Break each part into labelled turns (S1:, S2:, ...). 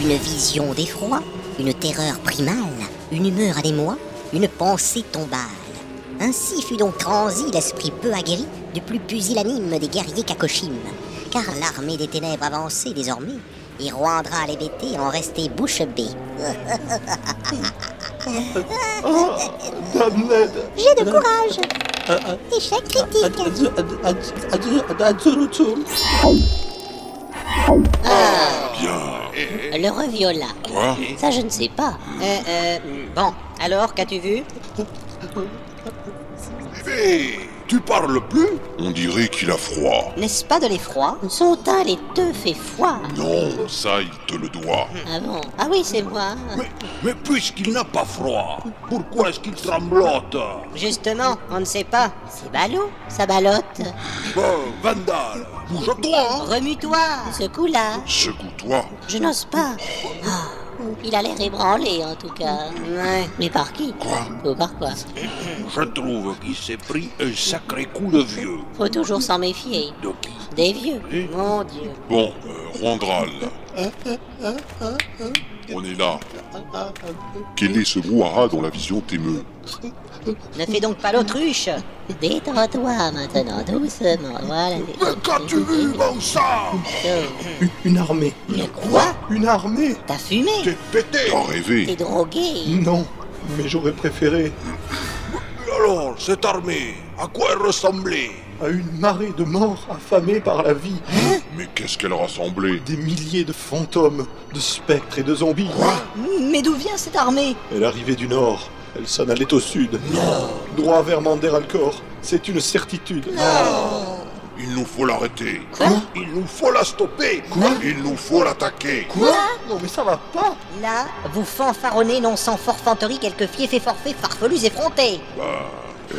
S1: une vision d'effroi, une terreur primale, une humeur à des mois, une pensée tombale. Ainsi fut donc transi l'esprit peu aguerri du plus pusillanime des guerriers Kakoshim, car l'armée des ténèbres avançait désormais et rendra les bêtés en rester bouche bée.
S2: Oh, damned.
S3: J'ai de courage.
S2: Ah, ah,
S3: Échec
S2: ah,
S3: critique.
S4: euh,
S2: adzu- ad- adzu- adzu- ad- adzurutum.
S1: Le reviola.
S5: Quoi
S1: Ça, je ne sais pas.
S6: Euh, euh, bon, alors, qu'as-tu vu
S5: Hé Tu parles plus On dirait qu'il a froid.
S6: N'est-ce pas de l'effroi Son teint laiteux fait froid.
S5: Non, ça, il te le doit.
S6: Ah bon Ah oui, c'est moi.
S7: Mais, mais puisqu'il n'a pas froid, pourquoi est-ce qu'il tremblote
S6: Justement, on ne sait pas. C'est ballot, ça ballotte.
S7: Bon, Vandal, bouge-toi hein.
S6: Remue-toi, secoue-la.
S5: Secoue-toi.
S6: Je n'ose pas. Ah, il a l'air ébranlé, en tout cas. Ouais. Mais par qui
S5: Quoi
S6: Ou par quoi
S7: Je trouve qu'il s'est pris un sacré coup de vieux.
S6: Faut toujours s'en méfier.
S7: De qui
S6: Des vieux. Mon Dieu.
S5: Bon, euh, Randral. On est là. Quel est ce brouhaha dont la vision t'émeut
S6: Ne fais donc pas l'autruche. Détends-toi maintenant, doucement. Voilà.
S7: Mais qu'as-tu vu, mon sang
S2: Une- Une armée.
S6: Le quoi
S2: Une armée
S6: T'as fumé
S7: T'es pété
S5: T'as
S6: T'es
S5: rêvé
S6: drogué
S2: Non, mais j'aurais préféré
S7: Alors, cette armée, à quoi elle ressemblait
S2: à une marée de morts affamés par la vie.
S5: Mais qu'est-ce qu'elle rassemblait
S2: Des milliers de fantômes, de spectres et de zombies.
S6: Mais d'où vient cette armée
S2: Elle arrivait du nord, elle s'en allait au sud. Droit vers Mander Alcor, c'est une certitude. Ah.
S5: Il nous faut l'arrêter.
S7: Il nous faut la stopper
S5: Il nous faut l'attaquer.
S2: Quoi Non mais ça va pas
S6: Là, vous fanfaronnez non sans forfanterie quelques fiefs et forfaits farfelus effrontés.
S7: Bah,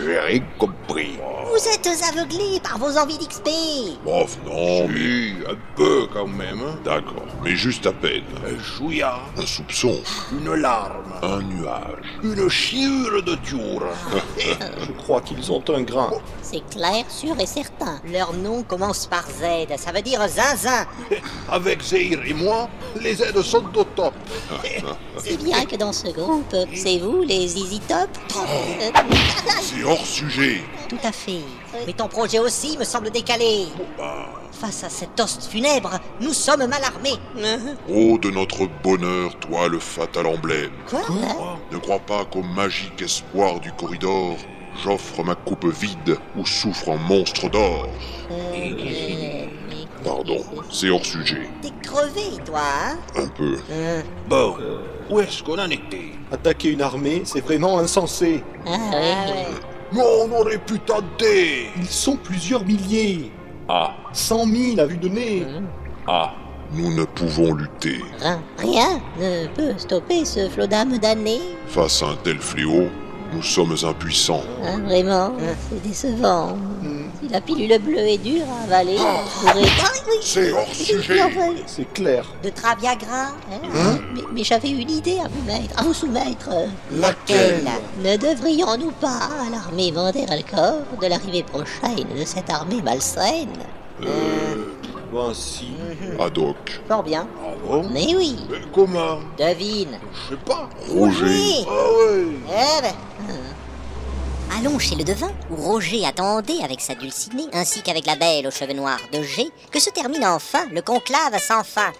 S5: J'ai rien compris.
S6: Vous êtes aveuglés par vos envies d'XP.
S5: Ah, Bof, non, mais...
S7: Oui, un peu quand même.
S5: D'accord, mais juste à peine.
S7: Un chouïa,
S5: Un soupçon,
S7: une larme,
S5: un nuage.
S7: une chiure de tour.
S2: Je crois qu'ils ont un grain.
S1: C'est clair, sûr et certain.
S6: Leur nom commence par Z, ça veut dire zinzin.
S7: Avec Zéhir et moi, les aides sont au top.
S1: C'est bien que dans ce groupe, c'est vous les Easy Top
S6: Euh,
S5: C'est hors sujet.
S6: tout à fait. Mais ton projet aussi me semble décalé. Face à cet host funèbre, nous sommes mal armés.
S5: Oh, de notre bonheur, toi, le fatal emblème.
S6: Quoi
S5: Ne crois pas qu'au magique espoir du corridor, j'offre ma coupe vide où souffre un monstre d'or. Pardon, c'est hors sujet.
S6: T'es crevé, toi, hein
S5: Un peu.
S7: Bon, où est-ce qu'on en était
S2: Attaquer une armée, c'est vraiment insensé.
S1: Ah
S6: Ah
S1: oui.
S6: ouais.
S7: Mais on aurait pu tenter
S2: Ils sont plusieurs milliers.
S7: Ah,
S2: Cent mille à vue de nez.
S7: ah.
S5: Nous ne pouvons lutter.
S1: Hein, Rien.
S6: Rien ne peut stopper ce flot d'âme damnée.
S5: Face à un tel fléau, nous sommes impuissants.
S1: Hein, vraiment, c'est décevant.
S2: Hmm,
S1: Si la pilule bleue est dure à avaler, je pourrais-
S5: C'est hors sujet.
S2: C'est clair.
S6: De Traviagra hein
S1: mais, mais j'avais une idée à vous mettre, à vous soumettre.
S2: Laquelle
S1: Ne devrions-nous pas alarmer Vander Alcor de l'arrivée prochaine de cette armée malsaine
S2: Ben si.
S5: Ad hoc.
S6: Fort bien.
S4: Oh.
S7: Ah bon
S1: Mais oui,
S7: Mais comment
S6: Devine.
S7: Je sais pas.
S5: Roger.
S6: Oui.
S7: Ah ouais
S6: Eh ben,
S1: euh, Allons chez le devin, où Roger attendait avec sa dulcinée, ainsi qu'avec la belle aux cheveux noirs de G, que se termine enfin le conclave sans fin.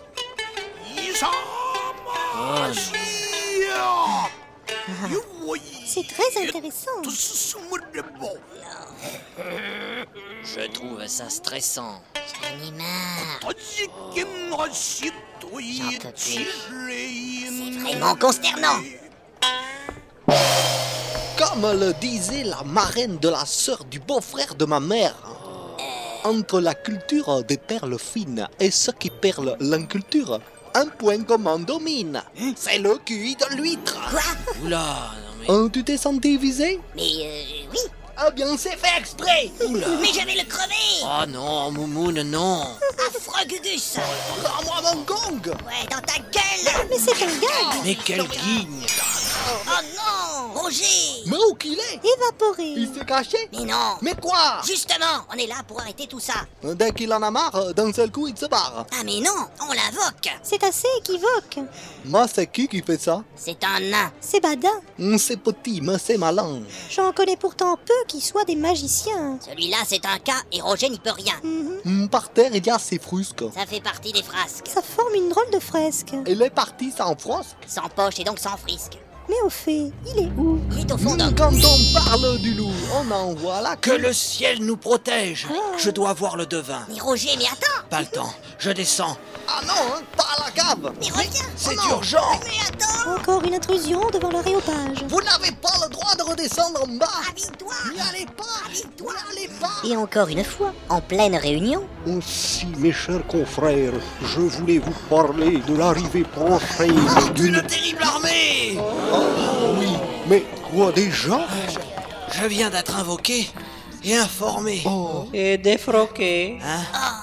S1: Ah,
S3: C'est très intéressant.
S8: Je trouve ça stressant.
S1: J'en ai marre, peux plus.
S7: C'est
S1: vraiment consternant.
S4: Comme le disait la marraine de la sœur du beau-frère de ma mère, entre la culture des perles fines et ceux qui perlent l'inculture, un point commun domine. C'est le QI de l'huître.
S8: Oula, non mais.
S4: Hein, tu t'es senti visé
S1: Mais euh, oui,
S4: Ah bien, c'est fait exprès
S1: mais j'allais le crever
S8: Oh non, Moumoun, non
S1: Affreux Gugus
S4: Rends-moi mon gong
S1: Ouais, dans ta gueule
S3: Mais c'est un gag.
S8: Mais quelle guigne
S1: Oh non Plongé
S9: Mais où qu'il est
S10: Évaporé.
S9: Il s'est caché
S1: Mais non
S9: Mais quoi
S1: Justement, on est là pour arrêter tout ça.
S9: Dès qu'il en a marre, d'un seul coup, il se barre.
S1: Ah mais non, on l'invoque
S10: C'est assez équivoque.
S9: Mais c'est qui qui fait ça
S1: C'est un nain.
S10: C'est badin.
S9: Hum, C'est petit, mais c'est malin.
S10: J'en connais pourtant peu qui soient des magiciens.
S1: Celui-là, c'est un cas et Roger n'y peut rien.
S10: Mhm.
S9: Hum, Par terre, il y a ses frusques.
S1: Ça fait partie des frasques.
S10: Ça forme une drôle de fresque.
S9: Il est parti sans frosque.
S1: Sans poche et donc sans frisque.
S10: Mais au fait, il est où
S1: Il est au
S4: Mm.
S1: fond d'un...
S9: Hum, Quand on parle du loup, on en voit là
S8: Que le ciel nous protège Je dois voir le devin.
S1: Mais Roger, mais attends
S8: Pas le temps, je descends.
S9: Ah non, hein, pas à la cave
S1: Mais reviens
S8: C'est
S9: non.
S8: urgent
S1: Mais attends
S10: Encore une intrusion devant le réopage.
S9: Vous n'avez pas le droit de redescendre en bas
S1: Habille-toi
S9: N'y allez pas N'y allez pas
S3: Et encore une fois, en pleine réunion,
S4: Aussi, mes chers confrères, je voulais vous parler de l'arrivée prochaine
S9: Ah,
S4: d'une...
S8: Une terrible armée
S4: Oui, mais quoi déjà
S8: Je viens d'être invoqué et informé.
S11: Et défroqué.
S8: Hein Ah,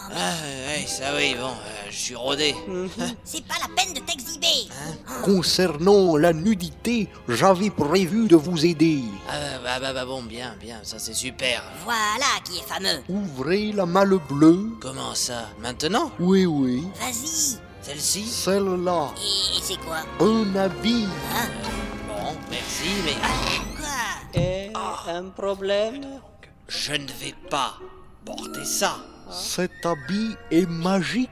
S8: ouais, ça oui, bon, euh, je suis rodé.
S1: C'est pas la peine de t'exhiber
S4: Concernant la nudité, j'avais prévu de vous aider.
S8: Ah, bah, bah, bah, bon, bien, bien, ça c'est super.
S1: Voilà qui est fameux
S4: Ouvrez la malle bleue.
S8: Comment ça Maintenant
S4: Oui, oui,
S1: Vas-y
S8: Celle-ci
S4: celle-là.
S1: Et c'est quoi
S4: Un habit.
S8: Bon, merci, mais
S1: Quoi
S11: Et un problème
S8: je ne vais pas porter ça.
S4: Cet habit est magique.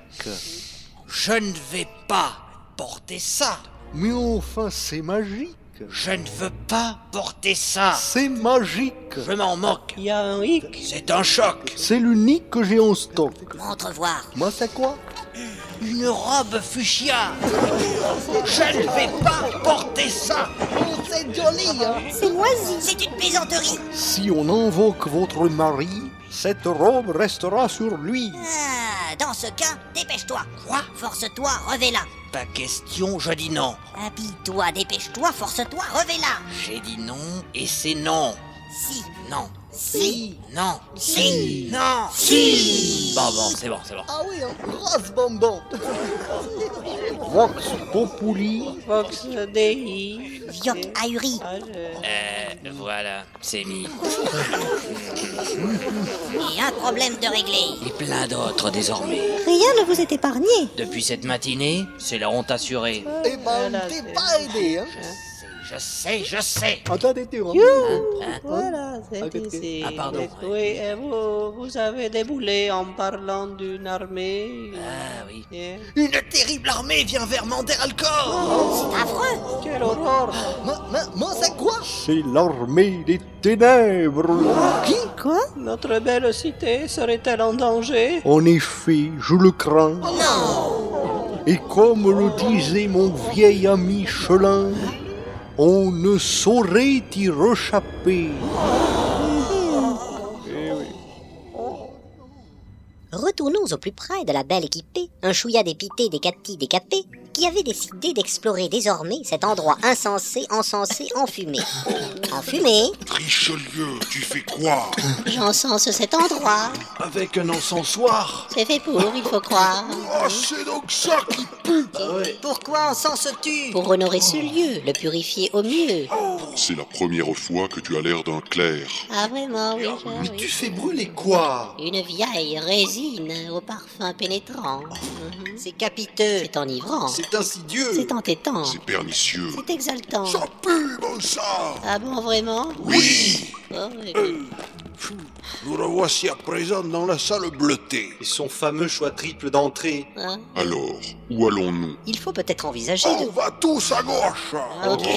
S8: Je ne vais pas porter ça.
S4: Mais enfin, c'est magique.
S8: Je ne veux pas porter ça.
S4: C'est magique.
S8: Je m'en moque.
S11: Il y a un hic.
S8: C'est un choc.
S4: C'est l'unique que j'ai en stock.
S1: Montre voir
S4: Moi, c'est quoi
S8: Une robe fuchsia. Je ne vais pas porter ça.
S10: C'est moisi.
S1: C'est une plaisanterie
S4: Si on invoque votre mari, cette robe restera sur lui.
S1: Ah, Dans ce cas, dépêche-toi
S8: Quoi
S1: Force-toi, revais-la
S8: Pas question, je dis non.
S1: Habille-toi, dépêche-toi, force-toi, revais-la
S8: J'ai dit non et c'est non.
S1: Si
S8: Non.
S1: Si.
S8: Non. Si. Non.
S1: Si.
S8: Bon, bon, c'est bon, c'est bon.
S9: Ah oui, hein, Ah, grosse bonbon
S4: Vox populi,
S11: Vox Dei.
S1: Vioque ahuri
S11: Ah, je-
S8: Euh, voilà, c'est mis.
S1: Et un problème de régler
S8: Et plein d'autres désormais.
S10: Rien ne vous est épargné.
S8: Depuis cette matinée, c'est la honte assurée.
S9: Eh ben, on t'est pas aidé, hein
S8: Je sais, je sais.
S4: Ah,
S9: Attends, t'es où, hein
S11: Voilà, c'est
S9: écoutez.
S11: ici.
S8: Ah, pardon.
S11: Oui, et vous, vous avez déboulé en parlant d'une armée.
S8: Ah oui.
S11: Eh,
S8: Une terrible armée vient vers Mander Alcor.
S1: C'est affreux
S11: Quelle horreur
S9: Mais, mais- mais c'est quoi
S4: c'est l'armée des ténèbres.
S10: Quoi
S11: Notre belle cité serait-elle en danger
S4: En effet, je le crains. Et comme le disait mon vieil ami Chelin, on ne saurait y réchapper.
S3: retournons au plus près de la belle équipée, un chouïa dépité des petits décapés, qui avait décidé d'explorer désormais cet endroit insensé, encensé, enfumé. Enfumé,
S5: Richelieu, tu fais quoi
S3: j'encense cet endroit,
S12: Avec un encensoir
S3: c'est fait pour, il faut croire.
S12: Oh,
S5: Ah, c'est donc ça qui
S1: Pourquoi on s'en se tue
S3: Pour honorer ce lieu, le purifier au mieux.
S5: C'est la première fois que tu as l'air d'un clerc.
S3: Ah vraiment, oui, je- oui.
S12: fais brûler quoi
S3: Une vieille résine au parfum pénétrant. Mhm.
S1: C'est capiteux
S3: C'est enivrant,
S12: C'est insidieux
S3: c'est entêtant,
S5: C'est pernicieux.
S3: c'est exaltant.
S5: Ça pue, bon ça
S3: Ah bon, vraiment
S5: Oui
S3: Oh, oui.
S12: Nous revoici à présent dans la salle bleutée.
S13: Et son fameux choix triple d'entrée.
S3: Ah.
S5: Alors, où allons-nous
S3: Il faut peut-être envisager de...
S5: On va tous à gauche
S3: Ok,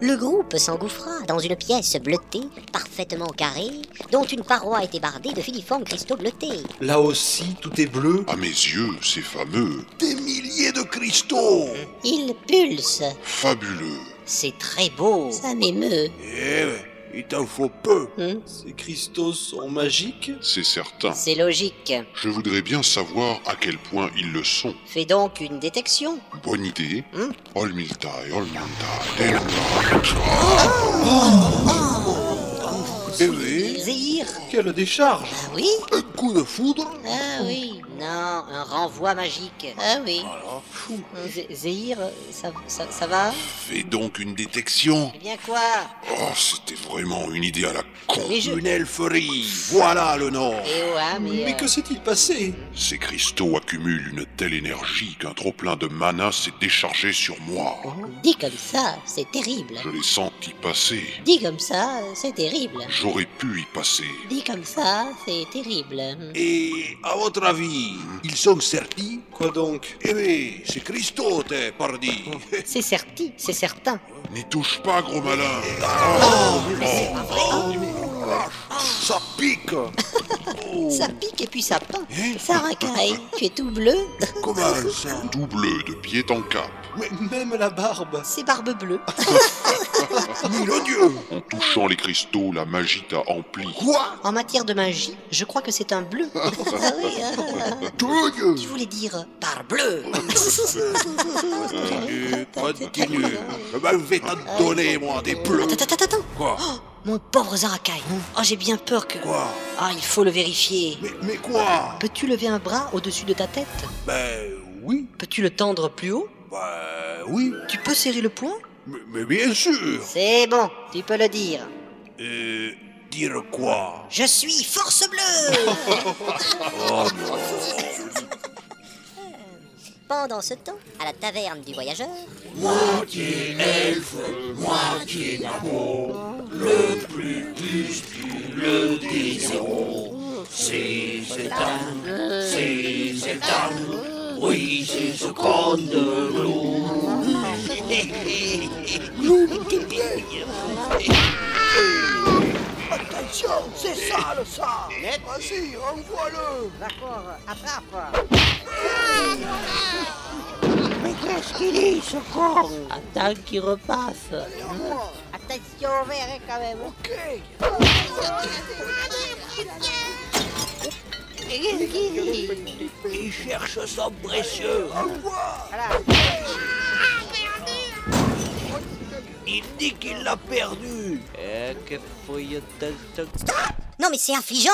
S3: Le groupe s'engouffra dans une pièce bleutée, parfaitement carrée, dont une paroi était bardée de filiformes cristaux bleutés.
S13: Là aussi, tout est bleu.
S5: À mes yeux, c'est fameux,
S12: Des milliers de cristaux
S3: Il pulse,
S5: fabuleux.
S3: c'est très beau, ça m'émeut.
S12: Eh ouais, il t'en faut peu
S9: Hein?
S13: Ces cristaux sont magiques.
S5: C'est certain.
S3: C'est logique.
S5: Je voudrais bien savoir à quel point ils le sont.
S3: Fais donc une détection.
S5: Bonne idée.
S3: Hmm.
S5: Olmiltai, olmiltai, delmiltai.
S12: Eh oui,
S3: Zé obéir
S14: Quelle décharge
S3: Ah oui
S15: Un coup de foudre
S3: Ah oui Non, un renvoi magique. Ah oui. Euh, Zé- Zéhir, euh, ça, ça, ça va
S15: Fais donc une détection.
S3: Eh bien quoi
S15: Oh, c'était vraiment une idée à la con.
S3: Mais je-
S15: Une elferie. Voilà le nom.
S3: Eh ouais, hein, mais...
S14: Mais
S3: euh,
S14: que s'est-il passé
S5: Ces cristaux accumulent une telle énergie qu'un trop-plein de mana s'est déchargé sur moi.
S3: Dit comme ça, c'est terrible.
S5: Je les senti passer.
S3: Dit comme ça, c'est terrible.
S5: J'aurais pu y passer.
S3: Dit comme ça, c'est terrible.
S15: Et à votre avis, ils sont certis
S14: Quoi donc
S15: Eh bien, c'est Christo, t'es pardi.
S3: C'est certi, c'est certain.
S5: N'y touche pas, gros malin
S3: Oh.
S15: Ça pique.
S3: Ça pique et puis ça peint.
S15: Eh,
S3: Ça racaille. Tu es tout bleu.
S15: Comment ça
S5: Tout bleu de pied en cap.
S14: Mais même la barbe
S3: C'est barbe bleue.
S15: Mille dieu
S5: En touchant les cristaux, la magie t'a empli.
S15: Quoi
S3: En matière de magie, je crois que c'est un bleu. Ah oui, ah.
S15: Dieu
S3: Tu voulais dire par bleu.
S15: Continue, continue. Je vais t'en donner, moi, des bleus.
S3: Attends, attends, attends. Oh,
S15: Quoi Hein
S3: Mon pauvre Zarakai. Oh, j'ai bien peur que.
S15: Quoi
S3: Ah, il faut le vérifier.
S15: mais, mais quoi
S3: Peux-tu lever un bras au-dessus de ta tête
S15: Ben oui,
S3: Peux-tu le tendre plus haut
S15: ben oui.
S3: Tu peux serrer le poing
S15: Mais, mais bien sûr.
S3: C'est bon, tu peux le dire.
S15: Euh, dire quoi
S3: Je suis force bleue
S15: Oh non.
S1: Pendant ce temps, à la taverne du voyageur,
S3: Attends qu'il repasse.
S8: Eh, que fouille-t-elle
S1: Non mais c'est affligeant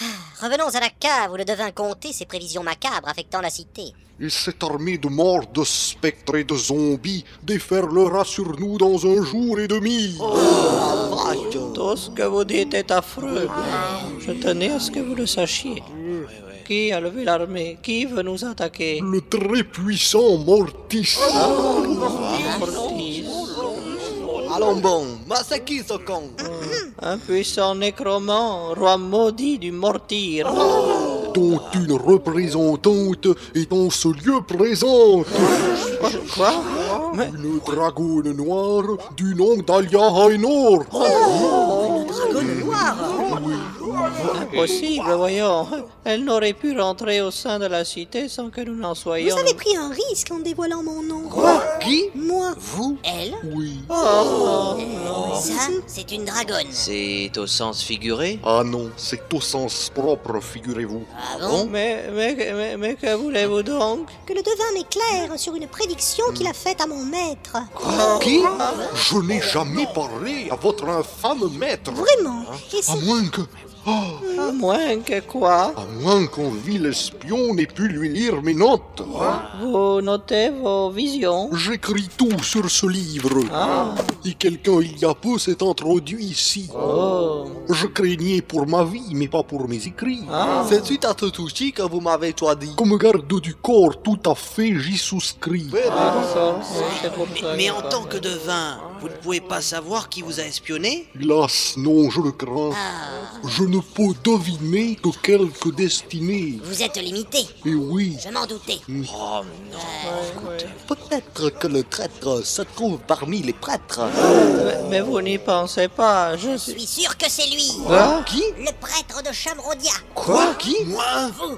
S1: Ah, Revenons à la cave où le devin contait ses prévisions macabres affectant la cité.
S16: Il s'est armé de morts, de spectres et de zombies, déferlera sur nous dans un jour et demi.
S11: Tout ce que vous dites est affreux. Je tenais à ce que vous le sachiez. Qui a levé l'armée Qui veut nous attaquer
S16: Le très puissant Mortis.
S11: Mortis.
S4: Allons bon, massacre ce con
S11: Un puissant nécromant, roi maudit du mortir.
S16: dont une représentante est en ce lieu présente.
S11: Quoi
S16: Une dragonne noire du nom d'Alia Hainor.
S11: Impossible, voyons. Elle n'aurait pu rentrer au sein de la cité sans que nous n'en soyons.
S17: Vous avez pris un risque en dévoilant mon nom.
S16: Qui
S17: Moi,
S1: Elle Eh,
S16: Oui.
S1: Ça, c'est une dragonne.
S8: C'est au sens figuré
S16: Ah non, c'est au sens propre, figurez-vous.
S1: Ah bon
S11: Mais, mais, mais, mais que voulez-vous donc
S17: que le devin m'éclaire sur une prédiction qu'il a faite à mon maître.
S16: Qui Je n'ai jamais parlé à votre infâme maître.
S17: Vraiment. Et
S16: À
S17: c'est
S16: moins que... Ah,
S11: À moins que quoi
S16: à moins qu'on vit l'espion n'ait pu lui lire mes notes.
S11: Vous notez vos visions
S16: J'écris tout sur ce livre. Et quelqu'un il y a peu s'est introduit ici.
S11: Oh.
S16: Je craignais pour ma vie, mais pas pour mes écrits.
S4: C'est suite à ce touchy que vous m'avez toi dit.
S16: Comme garde du corps, tout à fait, j'y souscris.
S11: Ah, ça, c'est pour ça
S8: Mais
S11: que
S8: en
S11: ça-
S8: tant que devin, vous ne pouvez pas savoir qui vous a espionné
S16: Hélas, non, je le crains. Je ne peux deviner que quelque destinée.
S1: Vous êtes limité,
S16: Et oui,
S1: je m'en doutais.
S8: Oh non
S4: Peut-être que le traître se trouve parmi les prêtres.
S11: Mais, mais vous n'y pensez pas,
S8: Ah,
S11: je
S1: Je
S11: suis...
S1: suis sûr que c'est lui
S11: Hein
S4: Qui
S1: Le prêtre de Chamrodia
S4: Quoi Qui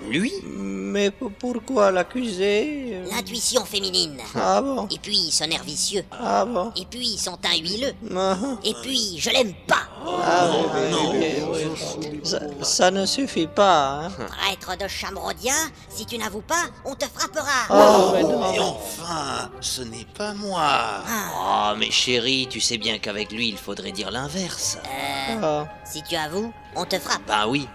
S8: Lui
S11: Mais pour- pourquoi l'accuser
S1: L'intuition féminine
S11: Ah bon
S1: Et puis son air vicieux
S11: Ah bon
S1: Et puis son teint huileux
S11: Ah,
S1: Et puis je l'aime pas
S11: Ah, oui, oui, oui, oui. Ça, ça ne suffit pas, hein.
S6: Prêtre de Chamrodien, si tu n'avoues pas, on te frappera
S11: Oh, mais non.
S8: Ah. Et enfin, ce n'est pas moi.
S11: Ah.
S8: Oh, mais chérie, tu sais bien qu'avec lui, il faudrait dire l'inverse.
S11: Ah.
S6: Euh, Si tu avoues, on te frappe
S8: Bah oui.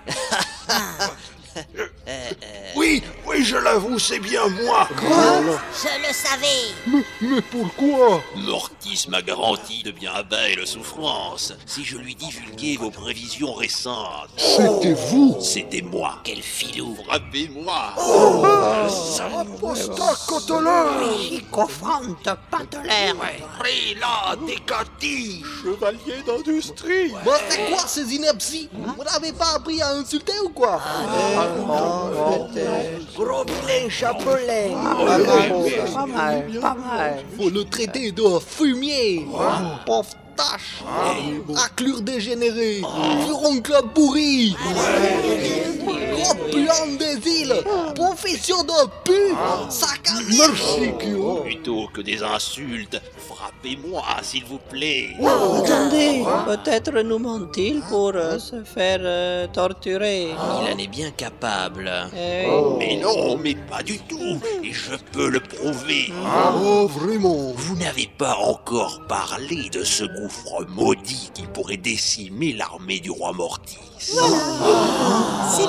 S7: Oui, oui, je l'avoue, c'est bien moi.
S6: Je le savais
S16: Mais pourquoi
S7: Mortis m'a garanti de bien abaisser le souffrance si je lui divulguais vos prévisions récentes.
S16: C'était vous
S7: C'était moi. Quel filou Frappez-moi
S16: Posta Cotelin
S11: Chicophante patelère.
S7: Pris là, décati
S2: Chevalier d'industrie
S4: Bon, c'est quoi ces inepties Vous n'avez pas appris à insulter ou quoi
S7: Gros plein chapelet
S8: Ah,
S11: Pas mal, pas mal.
S4: Faut le traiter de fumier Pauvre tache Raclure dégénérée Furoncle pourri Gros plan des îles Profession de pute Saccadé
S16: Merci, Kyo
S7: Plutôt que des insultes, frappez-moi, s'il vous plaît
S11: ah, Attendez,
S8: Ah.
S11: peut-être nous ment-il pour euh, se faire euh, torturer.
S7: Hein
S8: Il en est bien capable.
S11: Eh oui.
S8: Oh.
S7: Mais non, mais pas du tout Et je peux le prouver
S16: Oh, vraiment
S7: Vous n'avez pas encore parlé de ce gouffre maudit qui pourrait décimer l'armée du roi Mortis.
S3: C'est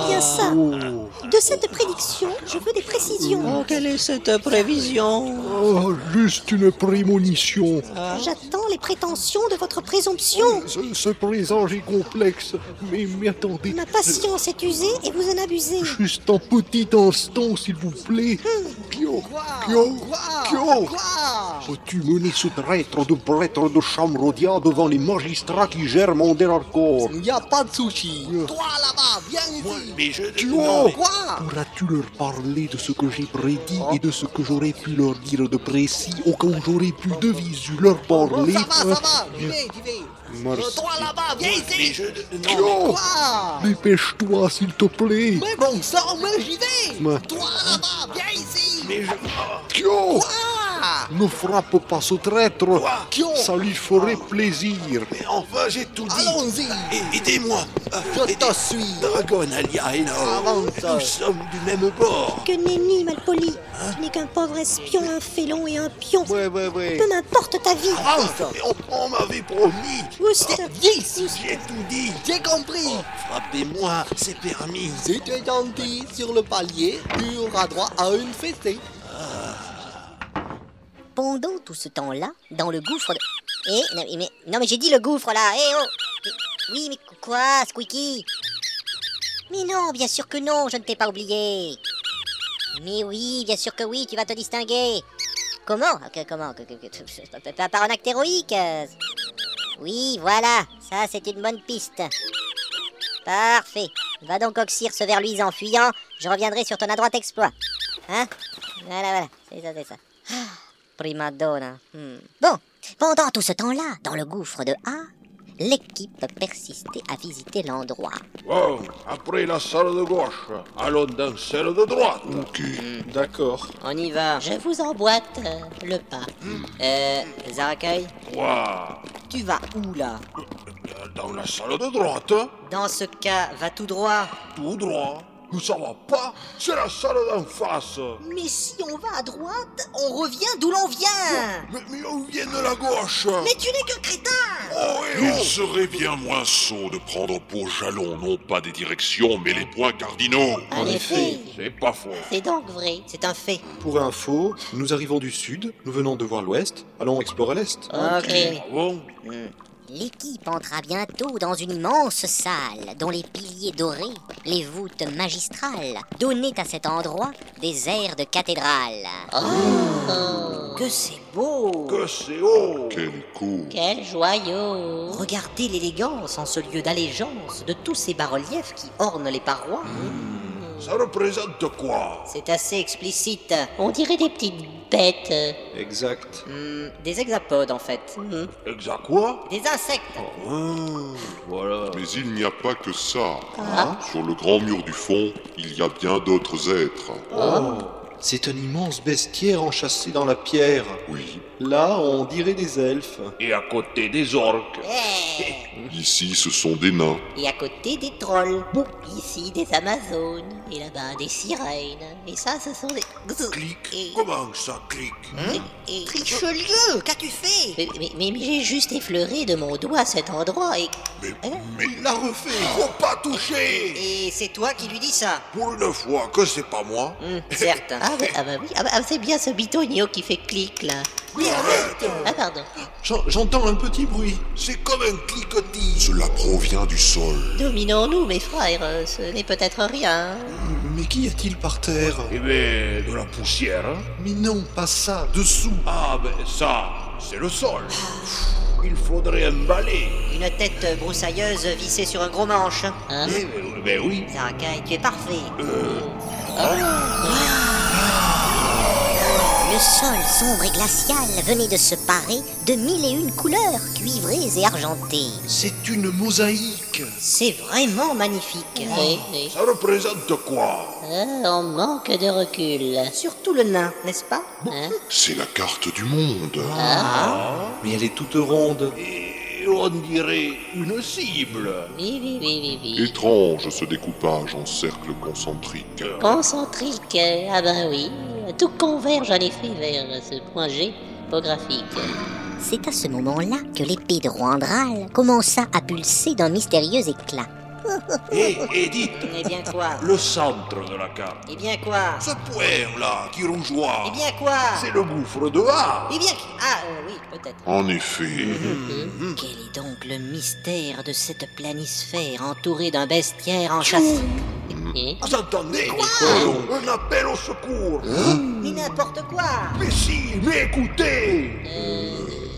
S3: bien ça. De cette prédiction, je veux des précisions.
S11: Oh, quelle est cette prévision
S16: Oh, juste une prémonition.
S4: Ah.
S3: J'attends les prétentions de votre présomption.
S16: Ce, ce présage est complexe, mais, mais attendez.
S4: Ah.
S3: Ma patience est usée et vous en abusez.
S16: Juste un petit instant, s'il vous plaît.
S4: Ah.
S16: Kyo, Kyo, Kyo. Peux-tu mener ce traître de prêtre de Chamrodia devant les magistrats qui gèrent mon corps
S4: Y a pas de sushi Toi là-bas, viens ici
S7: Mais je...
S16: Kyo
S4: Quoi
S16: Pourras-tu leur parler de ce que j'ai prédit et de ce que j'aurais pu leur dire de précis au cas où j'aurais pu de visu leur parler
S4: Ça va, ça va J'y vais, j'y vais Euh,
S16: Merci.
S4: Toi là-bas, viens
S7: Mais
S4: ici
S7: je...
S16: Kyo
S4: Quoi
S16: Dépêche-toi, s'il te plaît
S4: Mais bon sang, mais j'y vais
S16: Ouais.
S4: Toi là-bas, viens ici
S7: Mais je...
S16: Kyo
S4: Ah
S16: Ne frappe pas ce traître
S4: Kyo
S16: Ça lui ferait plaisir
S7: Mais enfin, j'ai tout dit
S4: Allons-y
S7: Et- Aidez-moi Euh,
S4: Je
S7: aidez-
S4: te suis
S7: Dragon, Alia et Nao,
S4: Avance.
S7: nous sommes du même bord
S3: Que nenni, malpoli. Tu n'es qu'un pauvre espion, un félon et un pion.
S4: Ouais, ouais, ouais
S3: Peu m'importe ta vie.
S7: Mais on, on m'avait promis
S3: Oust,
S7: J'ai tout dit
S4: J'ai compris
S7: Frappez-moi, c'est permis
S4: Si tu es gentil sur le palier, tu auras droit à une fessée
S1: Pendant tout ce temps-là, dans le gouffre de... Eh, non mais, non, mais j'ai dit le gouffre là, eh oh Mais- Oui, mais qu- quoi, Squeaky Mais non, bien sûr que non, je ne t'ai pas oublié Mais oui, bien sûr que oui, tu vas te distinguer Comment Que- Comment Que- que- que- Par- Par un acte héroïque euh. Oui, voilà, ça c'est une bonne piste Parfait Va donc oxyre ce vers lui en fuyant, je reviendrai sur ton adroit exploit Hein Voilà, voilà, c'est ça, c'est ça Prima donna. Hmm. Bon, pendant tout ce temps-là, dans le gouffre de A, l'équipe persistait à visiter l'endroit.
S7: Bon, après la salle de gauche, allons dans celle de droite
S2: D'accord.
S6: On y va
S1: Ah.
S6: Je vous emboîte euh, le pas. Euh, Zarakai,
S7: Ouah,
S6: tu vas où là
S7: Euh, Dans la salle de droite
S6: Dans ce cas, va tout droit
S7: Tout droit Ça va pas C'est la salle d'en face
S6: Mais si on va à droite, on revient d'où l'on vient
S7: Mais, mais on vient de la gauche
S1: Ah.
S6: Mais tu n'es que crétin
S5: Il serait bien moins sot de prendre pour jalon non pas des directions, mais les points cardinaux.
S6: En effet
S7: C'est pas faux
S6: C'est donc vrai, c'est un fait.
S2: Pour info, nous arrivons du sud, nous venons de voir l'ouest, allons explorer l'est.
S16: Hein?
S6: Ok.
S7: Ah bon
S1: L'équipe entra bientôt dans une immense salle dont les piliers dorés, les voûtes magistrales, donnaient à cet endroit des airs de cathédrale.
S6: Oh. Que c'est beau
S7: Que Euh, c'est haut
S5: Quel coup
S6: Quel joyau Regardez l'élégance en ce lieu d'allégeance de tous ces bas-reliefs qui ornent les parois.
S7: Ça représente quoi
S6: C'est assez explicite. On dirait des petites bêtes.
S2: Exact.
S6: Hmm, des hexapodes en fait.
S7: Exact quoi
S6: Des insectes.
S7: Voilà
S5: Mais il n'y a pas que Hein? ça. Sur le grand mur du fond, il y a bien d'autres êtres.
S2: C'est un immense bestiaire enchâssé dans la pierre.
S5: Oui,
S2: Là, on dirait des elfes.
S7: Et à côté des orques.
S5: ici ce sont des nains.
S6: Et à côté des trolls. Ici des Amazones. Et là-bas des sirènes. Et ça, ce sont des. Et- Hein
S7: Comment ça clique Hein
S6: et-
S3: Richelieu, qu'as-tu fait
S6: Mais, mais- mais- mais j'ai juste effleuré de mon doigt cet endroit et.
S7: Il l'a refait Faut pas toucher
S6: Et c'est toi qui lui dis ça
S7: Pour une fois que c'est pas moi
S6: Hum, Certes. Ah, oui, ah bah oui, ah bah- ah, c'est bien ce bitogno qui fait clic là. Ah pardon.
S2: J'en- J'entends un petit bruit.
S7: C'est comme un cliquetis
S5: Cela provient du sol.
S6: Dominons-nous, mes frères, euh, ce n'est peut-être rien.
S2: Mais qu'y a-t-il par terre
S7: Eh ben, de la poussière hein
S2: Mais non, pas ça, dessous.
S7: Ah ben ça, c'est le sol Il faudrait un balai
S6: Une tête broussailleuse vissée sur un gros manche. Hein
S7: Eh ben oui
S6: Zarakai, tu es parfait. Oh. Ah.
S1: Le sol sombre et glacial venait de se parer de mille et une couleurs cuivrées et argentées.
S2: C'est une mosaïque.
S6: C'est vraiment magnifique. Oui, oui.
S7: Ça représente quoi
S6: Ah, on manque de recul. Surtout le nain, n'est-ce pas Hein
S5: C'est la carte du monde.
S2: Mais elle est toute ronde.
S7: Et on dirait une cible
S6: Oui, oui, oui, oui, oui.
S5: Étrange ce découpage en cercles concentriques.
S6: Concentrique, euh, ah ben oui. Tout converge en effet vers ce point géographique.
S1: C'est à ce moment-là que l'épée de Roandral commença à pulser d'un mystérieux éclat.
S7: Et Edith,
S6: Eh bien quoi
S7: le centre de la carte
S6: Eh bien quoi
S7: Ce point là, qui rougeoie
S6: Eh bien quoi
S7: C'est le gouffre de A
S6: Eh bien... Ah euh, oui, peut-être.
S5: En effet,
S1: Hmm.
S6: Quel est donc le mystère de cette planisphère entourée d'un bestiaire enchâssé Eh
S7: Vous entendez Un appel au secours
S5: Hein
S6: Mais n'importe quoi
S7: Mais si, mais écoutez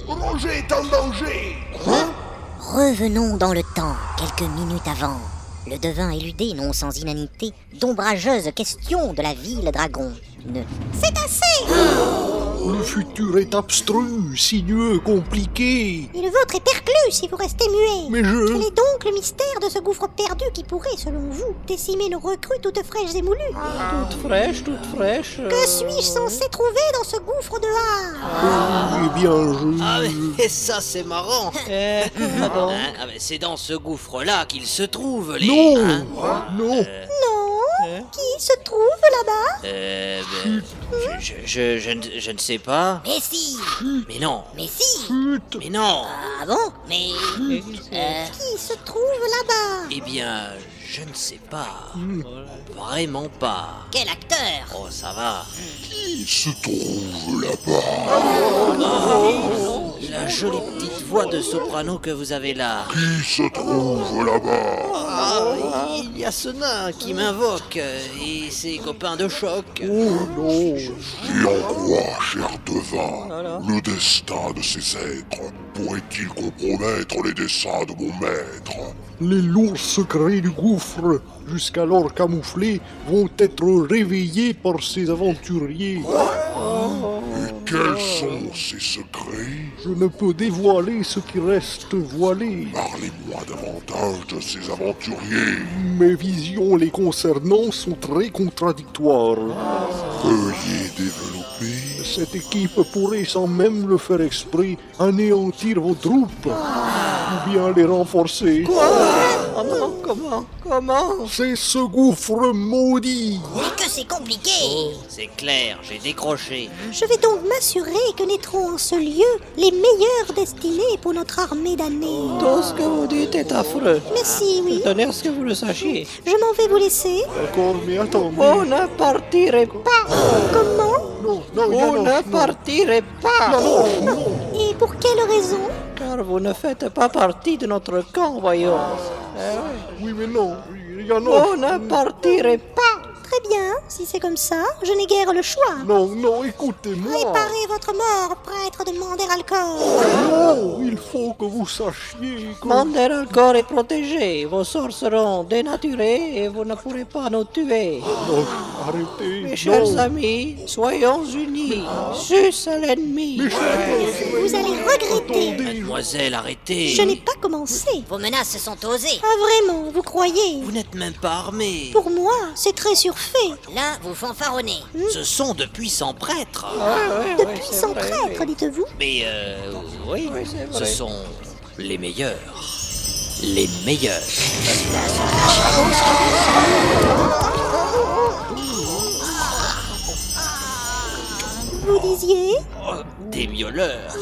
S7: Roger est en danger
S1: Hein Revenons dans le temps, quelques minutes avant. Le devin éludait, non sans inanité, d'ombrageuses questions de la ville dragon. Une
S3: C'est assez
S16: Le futur est abstru, sinueux, compliqué.
S3: Et le vôtre est perclus si vous restez muet
S16: Mais
S1: Mmh.
S3: Quel
S16: je...
S3: est donc le mystère de ce gouffre perdu qui pourrait, selon vous, décimer nos recrues toutes fraîches et moulues
S1: Ah.
S11: Toute fraîche, toute fraîche. euh,
S3: Que suis-je censé trouver dans ce gouffre de hart
S7: Ah.
S16: Eh bien, je...
S8: Et ça, c'est marrant
S11: Eh, pardon.
S8: Hein, ah, mais C'est dans ce gouffre-là qu'ils se trouvent, les...
S16: Non
S8: hein
S16: Non
S1: Eh
S3: Non Qui se trouve là-bas
S8: Euh, ben, je, je- je- je ne- je ne sais pas.
S1: Mais si
S8: Mais non
S1: Mais si
S3: Hmm.
S16: Chut
S8: Mais non
S1: Ah bon Mais... Euh,
S3: Qui se trouve là-bas
S8: Eh bien, je ne sais pas.
S16: Hmm.
S8: Vraiment pas.
S1: quel acteur
S8: Oh, ça va.
S5: il se trouve là-bas.
S8: La jolie petite voix de soprano que vous avez là.
S5: Il se trouve là-bas.
S8: Ah, il y a ce nain qui m'invoque euh, et ses copains de choc.
S5: Et en quoi, cher devin, le destin de ces êtres pourrait-il compromettre les desseins de mon maître
S16: Les lourds secrets du gouffre, jusqu'alors camouflés, vont être réveillés par ces aventuriers.
S5: Quels sont ces secrets
S16: Je ne peux dévoiler ce qui reste voilé.
S5: Parlez-moi davantage de ces aventuriers.
S16: Mes visions les concernant sont très contradictoires.
S5: Veuillez développer.
S16: Cette équipe pourrait, sans même le faire exprès, anéantir vos troupes. Ou bien les renforcer.
S11: Oh non, comment Comment
S16: C'est ce gouffre maudit.
S1: Mais que c'est compliqué
S8: C'est clair, j'ai décroché.
S3: Je vais donc m'assurer que naîtront en ce lieu les meilleures destinées pour notre armée damnée.
S11: Tout ce que vous dites est affreux.
S3: Merci, oui.
S11: Tenez à ce que vous le sachiez.
S3: Je m'en vais vous laisser.
S16: D'accord, mais attends. mais-
S11: On ne partirait pas
S3: Comment
S16: Non, non, non,
S11: Vous
S16: non,
S11: ne partirez pas
S3: Et pour quelle raison
S11: Car vous ne faites pas partie de notre camp, voyons.
S16: Oui, mais non. Il y en a.
S11: Vous ne partirez pas
S3: Très bien, si c'est comme ça, je n'ai guère le choix.
S16: Non, non, écoutez-moi.
S3: Réparez votre mort, prêtre de Manderalcor.
S16: Non, il faut que vous sachiez que...
S11: Mander encore est protégé, vos sorts seront dénaturés et vous ne pourrez pas nous tuer.
S16: Non, arrêtez.
S11: Mes chers
S16: non.
S11: amis, soyons unis, sus à l'ennemi.
S16: Mes chers-
S3: Vous allez regretter.
S16: Attendez,
S8: Mademoiselle, arrêtez.
S3: Je n'ai pas commencé.
S1: Vos menaces sont osées
S3: Ah vraiment, vous croyez
S8: Vous n'êtes même pas armé.
S3: Pour moi, c'est très fait
S1: Là, vous fanfaronnez.
S8: Ce sont de puissants prêtres.
S3: De puissants prêtres, dites-vous
S8: Mais euh, oui, ce
S18: vrai.
S8: sont les meilleurs. Les meilleurs.
S3: Vous disiez
S8: Oh, des miauleurs.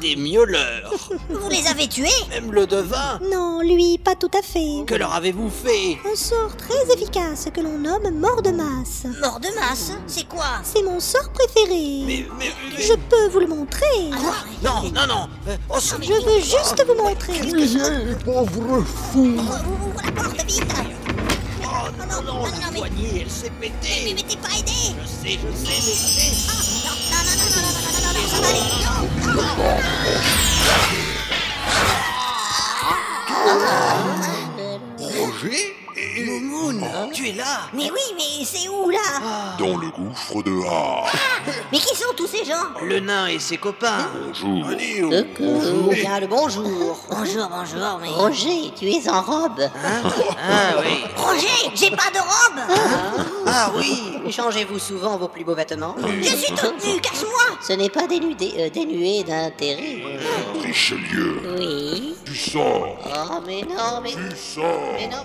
S8: Des miauleurs.
S1: Vous les avez tués
S8: Même le devin.
S3: Non, lui, pas tout à fait.
S8: Que leur avez-vous fait
S3: Un sort très efficace que l'on nomme mort de masse.
S1: Mort de masse C'est quoi
S3: C'est mon sort préféré.
S8: Mais- mais- mais-
S3: Je peux vous le montrer.
S8: Non, non, non. euh, au secours.
S3: Je veux juste vous montrer.
S19: Puisez, pauvre
S3: Hmm.
S19: fou
S1: Ouvre la porte, vite
S8: Oh, non, non,
S1: non,
S8: la
S1: mais-
S8: poignée, elle s'est
S1: Mais
S8: pétée.
S1: m'étais pas aidé
S8: Je sais, je sais, mais...
S1: Non, non, non, non, non, non, non, non, non, ça va aller Non
S5: Roger
S8: Moumoun, tu es là
S1: Mais oui, mais c'est où, là
S5: Dans le gouffre de A.
S1: Mais qui sont tous ces gens
S8: Le nain et ses copains.
S5: Bonjour.
S3: Eh
S1: Bien le bonjour Bonjour, bonjour, mais...
S3: Roger, tu es en robe.
S8: Ah oui.
S1: Roger, j'ai pas de robe
S8: Ah oui.
S3: Changez-vous souvent vos plus beaux vêtements.
S1: Je suis toute nue, cache-moi
S3: Ce n'est pas dénudé, euh, dénué d'intérêt.
S5: Richelieu.
S3: Oui.
S5: Tu sors.
S3: Oh, mais non, mais,
S5: Tu sors.
S3: mais non.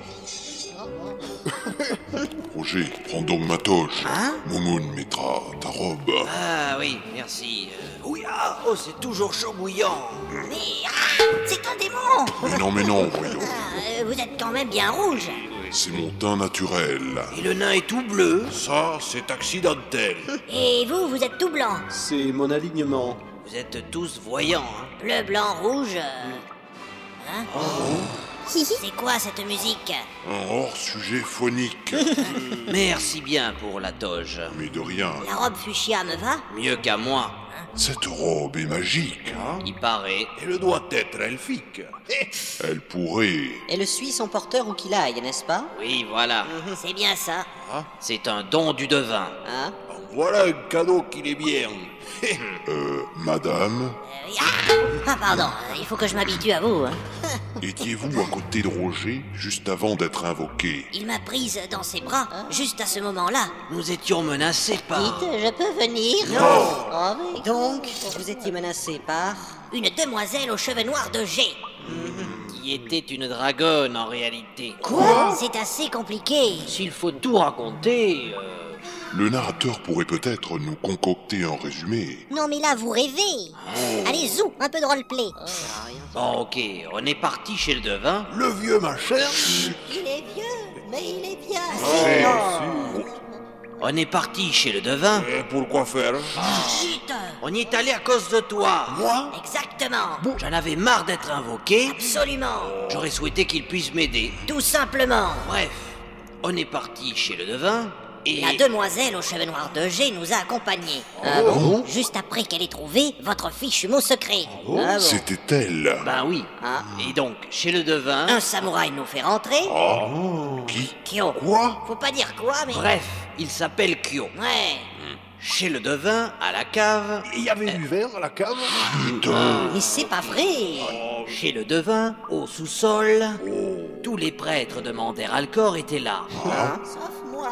S5: Roger, prends donc ma toge.
S3: Hein?
S5: Moumoun mettra ta robe.
S8: Ah oui, merci. Euh, Oui, ah, oh, c'est toujours chaud bouillant.
S1: Mais... Ah C'est un démon
S5: Mais non, mais non, voyons.
S1: Ah, euh, Vous êtes quand même bien rouge
S5: C'est mon teint naturel.
S8: Et le nain est tout bleu.
S20: Ça, c'est accidentel.
S1: Et vous, vous êtes tout blanc
S16: C'est mon alignement.
S8: Vous êtes tous voyants. hein.
S1: Bleu, blanc, rouge... euh, Hein
S3: Oh.
S1: C'est quoi, cette musique
S5: Un hors-sujet phonique.
S8: Merci bien pour la toge.
S5: mais de rien.
S1: La robe fuchsia me va
S8: Mieux qu'à moi,
S5: Cette robe est magique. hein.
S8: il paraît.
S20: Elle doit être elfique.
S5: Elle pourrait.
S1: Et le suit son porteur où qu'il aille, n'est-ce pas
S8: Oui, voilà.
S1: C'est bien ça.
S20: Ah.
S8: C'est un don du devin.
S1: Hein
S20: En Voilà un cadeau qu'il est bien.
S5: Euh, madame,
S1: Euh, ah, ah, pardon, euh, il faut que je m'habitue à vous. hein.
S5: étiez-vous à côté de Roger juste avant d'être invoqué
S1: Il m'a prise dans ses bras
S3: Hein
S1: juste à ce moment-là.
S8: Nous étions menacés par...
S3: je peux venir Oh,
S1: Donc, vous étiez menacé par une demoiselle aux cheveux noirs de G.
S8: Qui était une dragonne en réalité.
S1: Quoi C'est assez compliqué.
S8: S'il faut tout raconter... euh,
S5: Le narrateur pourrait peut-être nous concocter un résumé.
S1: Non mais là, vous rêvez.
S3: Oh.
S1: Allez, zou, un peu de roleplay.
S8: Bon, ok, on est parti chez le devin.
S20: Le vieux machin.
S3: Il est vieux, mais il est bien.
S8: On est parti chez le devin.
S20: Et pourquoi faire
S1: Chut
S8: On y est allé à cause de toi.
S20: Moi
S1: Exactement.
S8: J'en avais marre d'être invoqué.
S1: Absolument.
S8: J'aurais souhaité qu'il puisse m'aider.
S1: Tout simplement.
S8: Bref, on est parti chez le devin et...
S1: La demoiselle aux cheveux noirs de G nous a accompagnés. Juste après qu'elle ait trouvé votre fichu mot secret. Ah
S5: Ah C'était elle.
S20: Ah
S8: Ben oui. Et donc, chez le devin...
S1: Un samouraï nous fait rentrer.
S5: Qui
S1: Kyo. Quoi Faut pas dire quoi, mais.
S8: Bref, il s'appelle Kyo.
S1: Ouais.
S8: Chez le devin, à la cave.
S20: Il y avait du verre à la cave
S5: Ah,
S1: Mais c'est pas vrai.
S8: Chez le devin, au sous-sol. Tous les prêtres de Manderalcor étaient là.
S3: Sauf moi.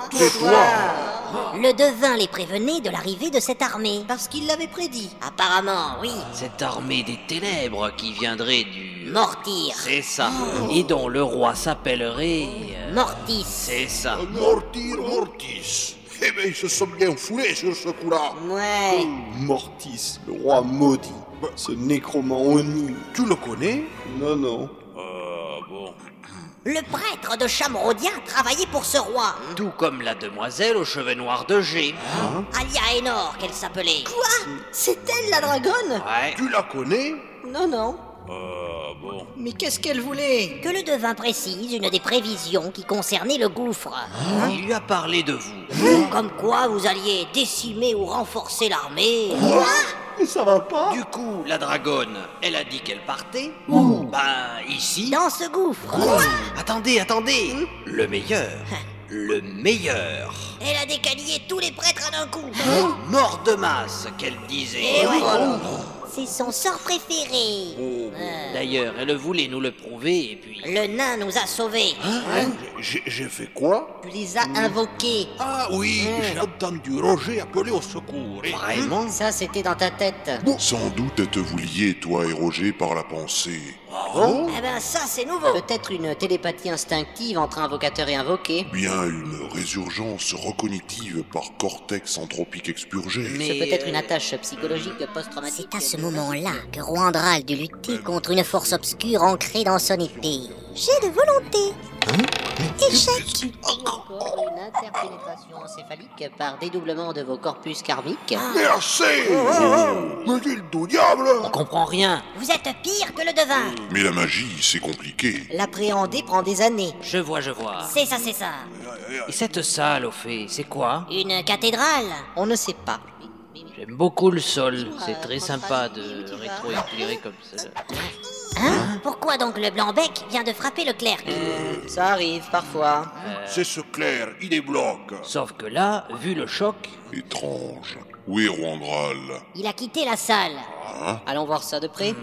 S1: Le devin les prévenait de l'arrivée de cette armée. Parce qu'il l'avait prédit. Apparemment, oui.
S8: Cette armée des ténèbres qui viendrait du...
S1: Mortir.
S8: C'est ça. Et dont le roi s'appellerait... euh,
S1: Mortis.
S8: C'est ça.
S20: Ah. Mortir, mortis. Eh ben, ils se sont bien foulés sur ce coup-là.
S1: Ouais.
S16: Mortis, le roi maudit.
S20: Bah,
S16: Ce nécromant oni.
S20: Tu le connais
S16: Non, non.
S20: Euh, bon.
S1: Le prêtre de Chamrodia travaillait pour ce roi.
S8: Tout comme la demoiselle aux cheveux noirs de G.
S1: Alia Enor, qu'elle s'appelait.
S3: Quoi C'est elle la dragonne
S8: Ouais.
S20: Tu la connais
S3: Non, non.
S20: Euh, bon.
S18: Mais qu'est-ce qu'elle voulait
S1: Que le devin précise une des prévisions qui concernait le gouffre.
S8: Il lui a parlé de vous.
S1: Comme quoi vous alliez décimer ou renforcer l'armée.
S16: Mais ça va pas
S8: Du coup, la dragonne, elle a dit qu'elle partait. Bah, ici.
S1: Dans ce gouffre.
S8: Attendez, attendez. Le meilleur. Le meilleur.
S1: Elle a décalié tous les prêtres à d'un coup.
S8: Mort de masse, qu'elle disait.
S1: Eh ouais. C'est son sort préféré.
S8: Oh, D'ailleurs, elle voulait nous le prouver, et puis...
S1: Le nain nous a sauvés.
S5: Ah. J'ai j'ai fait quoi
S1: Tu les as invoqués.
S5: Ah oui,
S21: Mmh.
S5: j'ai entendu Roger appeler au secours. Et- Hum?
S1: Vraiment Ça, c'était dans ta tête.
S21: Sans doute êtes-vous liés, toi et Roger, par la pensée.
S5: Ah
S1: Eh ben ça, c'est nouveau. Peut-être une télépathie instinctive entre invocateur et invoqué.
S21: Bien une résurgence recognitive par cortex anthropique expurgé.
S1: C'est peut-être une attache psychologique post-traumatique. C'est à ce moment-là que Rwandra a dû lutter contre une force obscure ancrée dans son été.
S22: J'ai de volonté.
S1: Échec Encore une interpénétration encéphalique par dédoublement de vos corpus karmiques.
S5: Merci
S1: Oh,
S5: Mais qu'il du diable
S8: On comprend rien.
S1: Vous êtes pire que le devin
S21: Mais la magie, c'est compliqué.
S1: L'appréhender prend des années.
S8: Je vois, je vois.
S1: C'est ça, c'est ça.
S8: Et cette salle, au fait, c'est quoi
S1: Une cathédrale On ne sait pas.
S8: J'aime beaucoup le sol. C'est très sympa de rétro-éclairer comme ça.
S1: Hein Pourquoi donc le blanc-bec vient de frapper le clerc
S23: Ça arrive parfois.
S5: C'est ce clair, il est bloque.
S8: Sauf que là, vu le choc,
S21: Étrange. Où est Rwandral
S1: Il a quitté la salle.
S21: Hein
S23: Allons voir ça de près.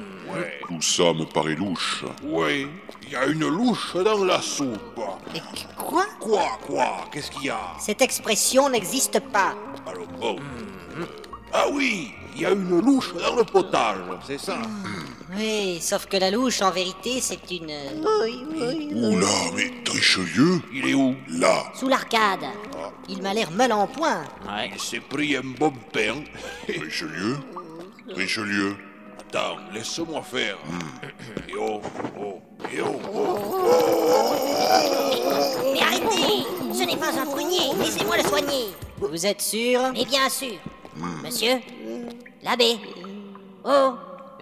S21: Tout ça me paraît louche.
S5: Oui, il y a une louche dans la soupe.
S1: Quoi
S5: Quoi, quoi Qu'est-ce qu'il y a
S23: Cette expression n'existe pas.
S5: Alors bon. Ah oui, il y a une louche dans le potage. C'est ça.
S23: Oui, sauf que la louche, en vérité, c'est une...
S21: Oula, mais Trichelieu
S5: Il est où
S21: Là
S1: Sous l'arcade.
S23: Il m'a l'air mal en point.
S5: Il s'est Eh, pris un bon pain.
S21: Richelieu Richelieu
S5: Attends, laisse-moi faire.
S21: Hmm.
S5: Et oh, oh, et oh,
S1: Mais arrêtez Ce n'est pas un prunier Laissez-moi le soigner
S23: Vous êtes sûr Hmm.
S1: Mais bien sûr Monsieur L'abbé Oh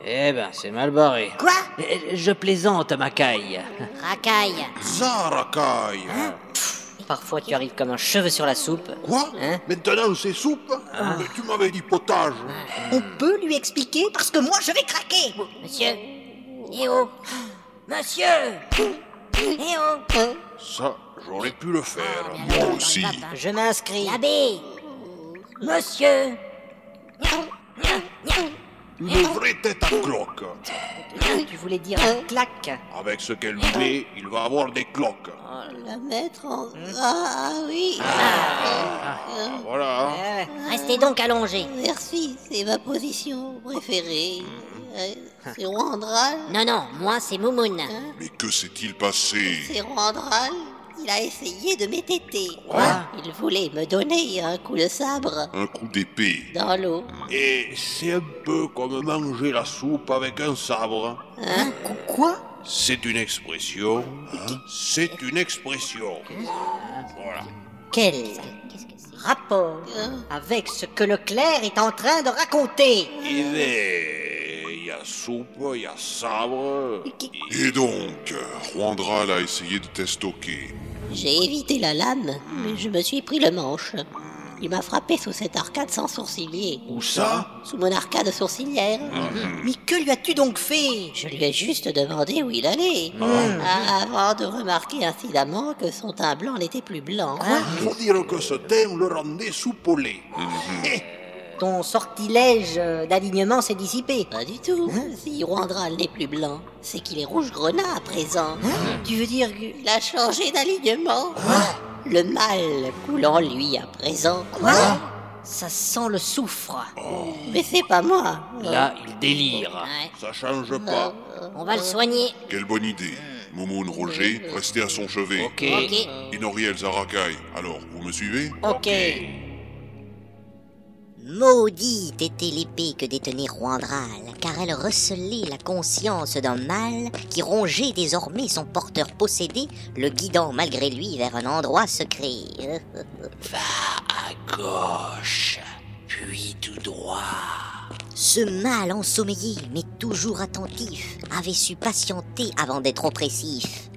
S8: eh ben, c'est mal barré.
S1: Quoi
S8: Eh, Je plaisante, Macaille.
S1: Racaille
S5: Zarakai
S23: Hein Parfois, tu arrives comme un cheveu sur la soupe.
S5: Quoi Maintenant c'est soupe
S23: Ah.
S5: Mais tu m'avais dit potage
S23: On peut lui expliquer Parce que moi, je vais craquer
S1: Monsieur Eh oh Monsieur Eh oh
S5: Ça, j'aurais pu le faire.
S23: Ah,
S21: Moi aussi.
S23: Je m'inscris.
S1: L'abbé Monsieur
S5: Une vraie tête à cloque.
S23: ah. Tu voulais dire claque. Ah.
S5: Avec ce qu'elle lui met, il va avoir des cloques.
S3: La mettre en... Ah oui,
S5: Ah, voilà. hein.
S23: Ouais, ouais.
S1: Restez donc allongé
S3: merci, c'est ma position préférée. Euh, C'est Rwandral.
S1: Non, non, moi c'est Moumoun
S23: Ah.
S21: Mais que s'est-il passé
S3: C'est Rwandral. Il a essayé de m'étêter.
S8: Quoi
S3: Il voulait me donner un coup de sabre
S21: Un coup d'épée.
S3: dans l'eau.
S5: Et c'est un peu comme manger la soupe avec un sabre.
S23: Hein Quoi
S5: C'est une expression. hein. C'est une expression. Voilà.
S23: Quel rapport avec ce que le clerc est en train de raconter
S5: Eh ben, il y a soupe, il y a sabre.
S21: Et donc, Rwandral a essayé de t'estoquer.
S3: J'ai évité la lame, mais je me suis pris le manche. Il m'a frappé sous cette arcade sans sourcilier.
S5: Où ça
S3: Sous mon arcade sourcilière.
S23: Mais que lui as-tu donc fait
S3: Je lui ai juste demandé où il allait. Ah, Avant de remarquer incidemment que son teint blanc n'était plus blanc.
S23: Ah.
S5: Pour dire que ce thème le rendait soupolé.
S23: Ton sortilège euh, d'alignement s'est dissipé.
S3: Pas du tout. Si Rwandral n'est plus blanc, c'est qu'il est rouge grenat à présent.
S23: Tu veux dire que...
S3: Il a changé d'alignement. Le mal coule en lui à présent.
S23: Ça sent le soufre.
S3: Mais c'est pas moi.
S8: Là, il délire.
S5: Ça change pas.
S1: On va le soigner
S21: Quelle bonne idée. Momoun Roger, restez à son chevet.
S8: Ok.
S1: Ok.
S21: Inoriel Zarakai, alors, vous me suivez
S23: Ok.
S1: Maudite était l'épée que détenait Rwandral, car elle recelait la conscience d'un mal qui rongeait désormais son porteur possédé, le guidant malgré lui vers un endroit secret.
S8: À gauche, puis tout droit.
S1: Ce mal ensommeillé, mais toujours attentif, avait su patienter avant d'être oppressif.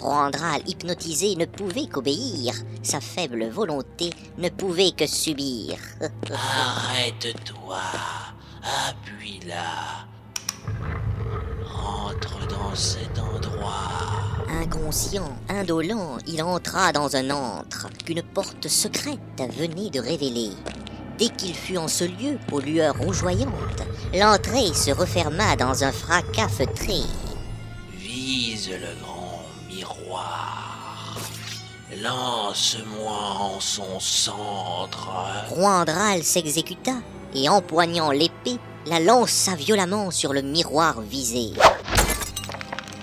S1: Rwandral, hypnotisé, ne pouvait qu'obéir. Sa faible volonté ne pouvait que subir.
S8: Arrête-toi. Appuie-la. Rentre dans cet endroit.
S1: Inconscient, indolent, il entra dans un antre qu'une porte secrète venait de révéler. Dès qu'il fut en ce lieu, aux lueurs rougeoyantes, l'entrée se referma dans un fracas feutré.
S7: Vise le grand miroir. Lance-moi en son centre.
S1: Roandral s'exécuta et empoignant l'épée, la lança violemment sur le miroir visé.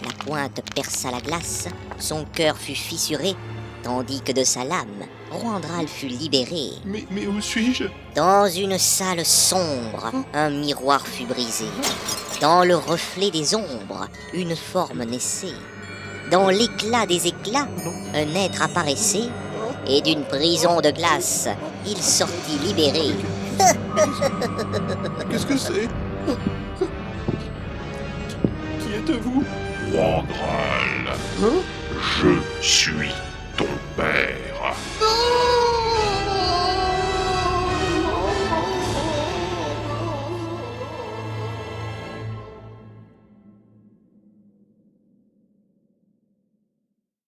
S1: La pointe perça la glace, son cœur fut fissuré, tandis que de sa lame, Roandral fut libéré.
S2: Mais, mais où suis-je
S1: Dans une salle sombre, un miroir fut brisé. Dans le reflet des ombres, une forme naissait. Dans l'éclat des éclats, un être apparaissait. Et d'une prison de glace, il sortit libéré.
S2: Qu'est-ce que c'est Qui êtes-vous
S5: Wandral, je suis ton père.